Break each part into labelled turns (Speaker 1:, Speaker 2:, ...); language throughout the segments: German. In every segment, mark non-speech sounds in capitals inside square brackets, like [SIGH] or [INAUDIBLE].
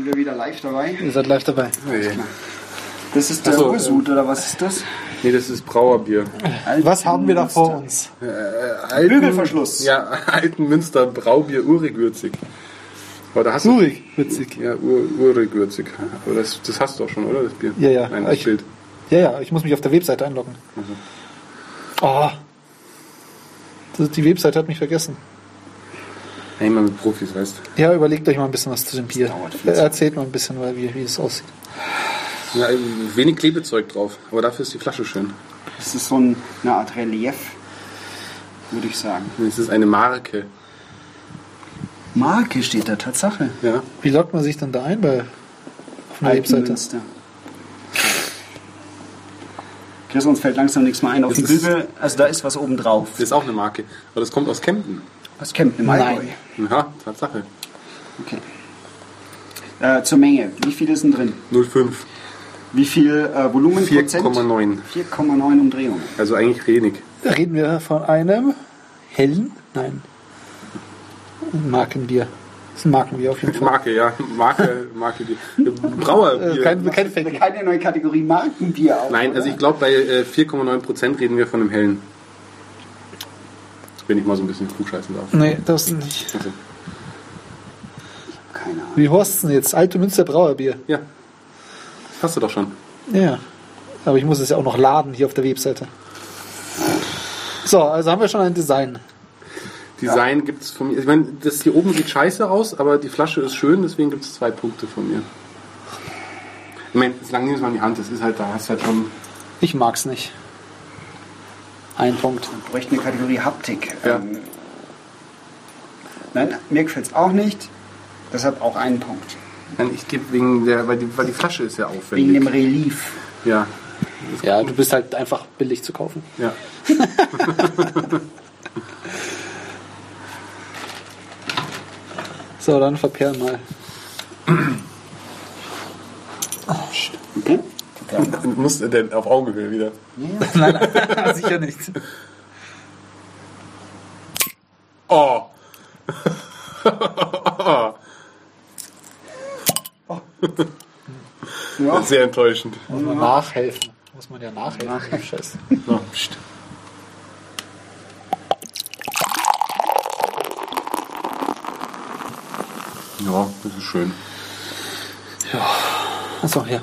Speaker 1: wir wieder live dabei?
Speaker 2: Ihr seid live dabei.
Speaker 1: Nee. Das ist der
Speaker 3: Ach so,
Speaker 1: Ursud, oder was ist das?
Speaker 3: Nee, das ist Brauerbier.
Speaker 2: Was haben wir da vor uns?
Speaker 3: Alten,
Speaker 1: Bügelverschluss.
Speaker 3: Ja, [LAUGHS] Altenmünster Braubier urigürzig. Aber da hast du.
Speaker 2: Urig, witzig.
Speaker 3: Ja, Ur urigürzig. Aber das, das hast du doch schon, oder? Das Bier.
Speaker 2: Ja, ja.
Speaker 3: Nein, das
Speaker 2: ich,
Speaker 3: Bild.
Speaker 2: Ja, ja, ich muss mich auf der Webseite einloggen. Oh. Das- Die Webseite hat mich vergessen.
Speaker 3: Ja, immer mit Profis, weißt
Speaker 2: Ja, überlegt euch mal ein bisschen was zu dem Bier.
Speaker 1: dauert viel Zeit.
Speaker 2: Erzählt mal ein bisschen, weil wie, wie es aussieht.
Speaker 3: du. Ja, eben wenig Klebezeug drauf. Aber dafür ist die Flasche schön.
Speaker 1: Das ist so ein, eine Art Relief, würde ich sagen.
Speaker 3: Es ist eine Marke.
Speaker 1: Marke steht da, Tatsache.
Speaker 3: Ja.
Speaker 2: Wie loggt man sich denn da ein bei auf einer Webseite?
Speaker 1: Altenmünster. Chris, uns fällt langsam nichts mehr ein. Auf
Speaker 3: Das
Speaker 1: dem
Speaker 3: ist-
Speaker 1: Bügel, also da ist was oben drauf.
Speaker 3: Das ist auch eine Marke. Aber das kommt aus Kempten.
Speaker 1: Was Kempten im Allgäu.
Speaker 2: Nein.
Speaker 3: Ja, Tatsache.
Speaker 1: Okay. Äh, zur Menge. Wie viel ist denn drin?
Speaker 3: 05.
Speaker 1: Wie viel äh, Volumen?
Speaker 3: 4,9.
Speaker 1: 4,9 Umdrehungen.
Speaker 3: Also eigentlich wenig.
Speaker 2: Reden wir von einem hellen? Nein. Ein Markenbier. Das ist ein Markenbier auf jeden Fall.
Speaker 3: Marke, ja. Marke,
Speaker 2: [LAUGHS]
Speaker 3: Marke. Die. Brauerbier.
Speaker 2: Äh, kein, kein
Speaker 1: Wir
Speaker 2: Fake.
Speaker 1: keine neue Kategorie Markenbier auf.
Speaker 3: Nein,
Speaker 1: oder?
Speaker 3: also ich glaube, bei äh, 4,9 Prozent reden wir von einem hellen. Wenn ich mal so ein bisschen klugscheißen darf.
Speaker 2: Nee, das nicht.
Speaker 3: Also,
Speaker 1: Keine Ahnung.
Speaker 2: Wie horst denn jetzt? Alte Münster Brauerbier.
Speaker 3: ja. Das hast du doch schon.
Speaker 2: Ja. Aber ich muss es ja auch noch laden hier auf der Webseite. So, also haben wir schon ein Design.
Speaker 3: Design gibt's gibt es von mir. Ich meine, das hier oben sieht scheiße aus, aber die Flasche ist schön, deswegen gibt es zwei Punkte von mir. Ich meine, solange nimmst mal in die Hand, das ist halt, da hast du halt schon.
Speaker 2: Ich mag's nicht. Ein Punkt.
Speaker 1: Wir bräuchten eine Kategorie Haptik.
Speaker 3: Ja.
Speaker 1: Ähm, nein, mir gefällt es auch nicht. Deshalb auch einen Punkt.
Speaker 3: Nein, Ich gebe wegen der, weil die, weil die Flasche ist ja
Speaker 1: Wegen
Speaker 3: aufwendig.
Speaker 1: dem Relief.
Speaker 3: ja,
Speaker 2: Ja, du bist halt einfach billig zu kaufen.
Speaker 3: ja.
Speaker 2: So, dann verperl mal.
Speaker 1: Okay.
Speaker 3: Du musst denn auf Augenhöhe wieder.
Speaker 2: nein, nein, sicher nicht.
Speaker 3: Oh!
Speaker 1: Ja.
Speaker 3: Sehr enttäuschend.
Speaker 2: Muss man nachhelfen. Muss man ja nachhelfen.
Speaker 1: Nachhelfen.
Speaker 2: Scheiße.
Speaker 3: So, pst. Ja, das ist schön.
Speaker 2: Achso, ja.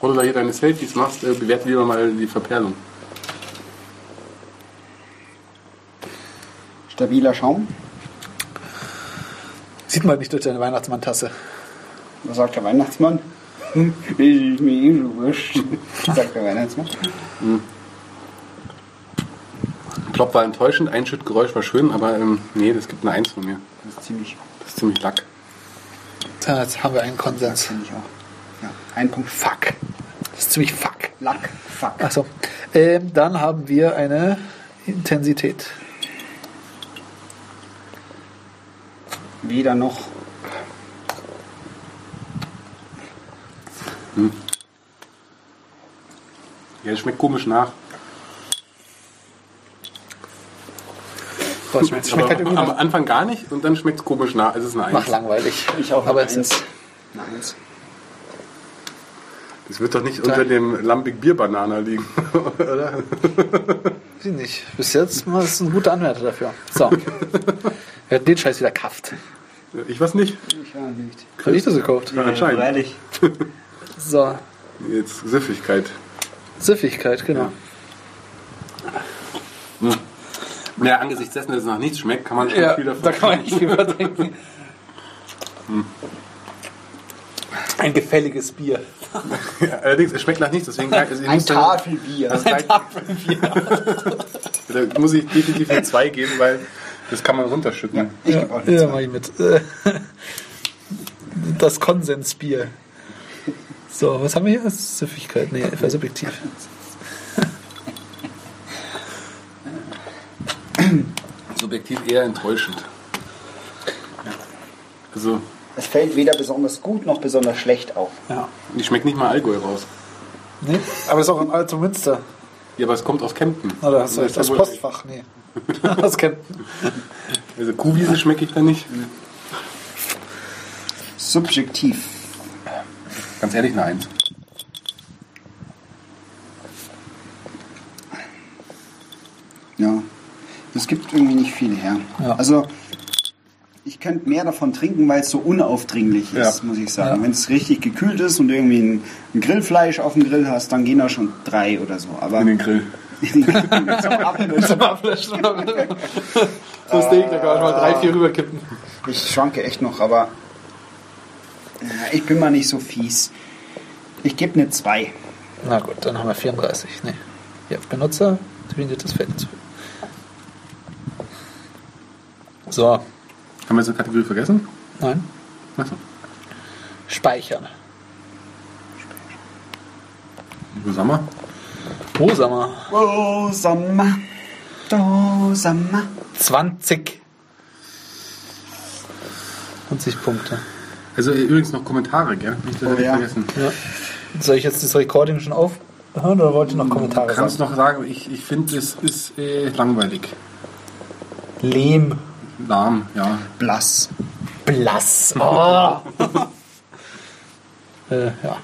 Speaker 3: Wo du da hier deine Selfies machst, äh, bewerte lieber mal die Verperlung.
Speaker 1: Stabiler Schaum.
Speaker 2: Sieht man nicht durch deine Weihnachtsmanntasse.
Speaker 1: Was sagt der Weihnachtsmann? [LAUGHS] Ich mir eh so wurscht. Sagt der Weihnachtsmann.
Speaker 3: Plop war enttäuschend, ein Schüttgeräusch war schön, aber ähm, nee, das gibt eine Eins von mir.
Speaker 1: Das ist ziemlich.
Speaker 3: Das ist ziemlich lack.
Speaker 2: Tja, Jetzt haben wir einen
Speaker 1: Das
Speaker 2: Konsens.
Speaker 1: finde ich auch. Ja. Ein Punkt. Fuck.
Speaker 2: Das ist ziemlich fuck.
Speaker 1: Lack. Fuck.
Speaker 2: Achso. Ähm, dann haben wir eine Intensität.
Speaker 1: Weder noch.
Speaker 3: Ja, das schmeckt komisch nach.
Speaker 2: Boah, es schmeckt, schmeckt halt
Speaker 3: Aber
Speaker 2: irgendwie
Speaker 3: am
Speaker 2: nach,
Speaker 3: Anfang gar nicht und dann schmeckt es komisch nach. Es ist eine
Speaker 2: nach
Speaker 3: Eins.
Speaker 2: langweilig.
Speaker 1: Ich auch.
Speaker 2: Aber
Speaker 1: eins.
Speaker 2: es ist,
Speaker 1: Eine Eins.
Speaker 3: Das wird doch nicht unter dem Lambic
Speaker 2: [LAUGHS]
Speaker 3: Bierbanana liegen.
Speaker 2: weiß ich nicht. Bis jetzt war es ein guter Anwärter dafür. [LAUGHS] So. wir hatten den Scheiß wieder kauft.
Speaker 3: Ich weiß nicht.
Speaker 1: Ich auch nicht.
Speaker 2: Habe ich das gekauft?
Speaker 3: Ja, anscheinend.
Speaker 1: Freilich.
Speaker 2: So.
Speaker 3: Jetzt Süffigkeit.
Speaker 2: Süffigkeit, genau.
Speaker 3: Ja, angesichts dessen, dass es nach nichts schmeckt, kann man schon
Speaker 2: Hm. Ja,
Speaker 3: viel davon.
Speaker 2: da kann man nicht [LAUGHS] überdenken. Ein gefälliges Bier.
Speaker 3: Ja, allerdings, es schmeckt nach nichts, deswegen kann, also ich
Speaker 1: Ein
Speaker 3: muss da-
Speaker 1: Tafelbier.
Speaker 3: das gleich- [LAUGHS] Da muss ich definitiv eine 2 geben, weil das kann man runterschütten.
Speaker 1: Ich
Speaker 2: Ja,
Speaker 1: gebe auch eine
Speaker 2: ja
Speaker 1: Zwei.
Speaker 2: mach ich mit. [LAUGHS] Äh, Das Konsensbier. So, was haben wir hier? Süffigkeit. Nee, war subjektiv.
Speaker 3: Subjektiv eher enttäuschend. Also,
Speaker 1: Es fällt weder besonders gut noch besonders schlecht auf.
Speaker 2: Ja.
Speaker 3: ich schmeckt nicht mal Allgäu raus.
Speaker 2: Nee, aber ist auch in Alto Münster.
Speaker 3: Ja, aber es kommt aus Kempten.
Speaker 2: Oder Ah, hast du
Speaker 3: Das
Speaker 2: das, das
Speaker 3: ist ja wohl-
Speaker 2: Postfach? Nee. Aus [LAUGHS] Kempten.
Speaker 3: Also Kuhwiese schmecke ich da nicht.
Speaker 1: Subjektiv.
Speaker 3: Ganz ehrlich, nein.
Speaker 1: Ja. Es gibt irgendwie nicht viel her.
Speaker 2: Ja.
Speaker 1: Also, ich könnte mehr davon trinken, weil es so unaufdringlich ist,
Speaker 3: Ja.
Speaker 1: muss ich sagen.
Speaker 2: Ja.
Speaker 1: Wenn es richtig gekühlt ist und irgendwie ein, ein Grillfleisch auf dem Grill hast, dann gehen da schon drei oder so. Aber
Speaker 3: In den Grill.
Speaker 2: [LAUGHS] so ein Steak, da kann man mal drei, vier rüberkippen.
Speaker 1: ich schwanke echt noch, aber ja, ich bin mal nicht so fies. Ich ne gebe eine 2.
Speaker 2: Na gut, dann haben wir 34. Nee. Hier auf Benutzer, definiert das Feld. So,
Speaker 3: Haben wir jetzt eine Kategorie vergessen?
Speaker 2: nein.
Speaker 3: Achso.
Speaker 2: Speichern.
Speaker 3: Wo sind wir?
Speaker 2: Rosamer.
Speaker 1: Oh, Sommer. Oh, Sommer.
Speaker 2: 20. 20 Punkte.
Speaker 3: Also äh, übrigens noch Kommentare, gell? Nicht, dass
Speaker 1: Oh,
Speaker 3: wir nicht
Speaker 1: ja.
Speaker 3: vergessen.
Speaker 2: Ja. Soll ich jetzt das Recording schon aufhören oder wollt ihr noch Kommentare
Speaker 3: Kannst
Speaker 2: sagen?
Speaker 3: noch sagen, ich, ich finde, es ist äh, langweilig.
Speaker 2: Lehm.
Speaker 3: Lahm, ja.
Speaker 1: Blass.
Speaker 2: Blass. Oh. äh, ja.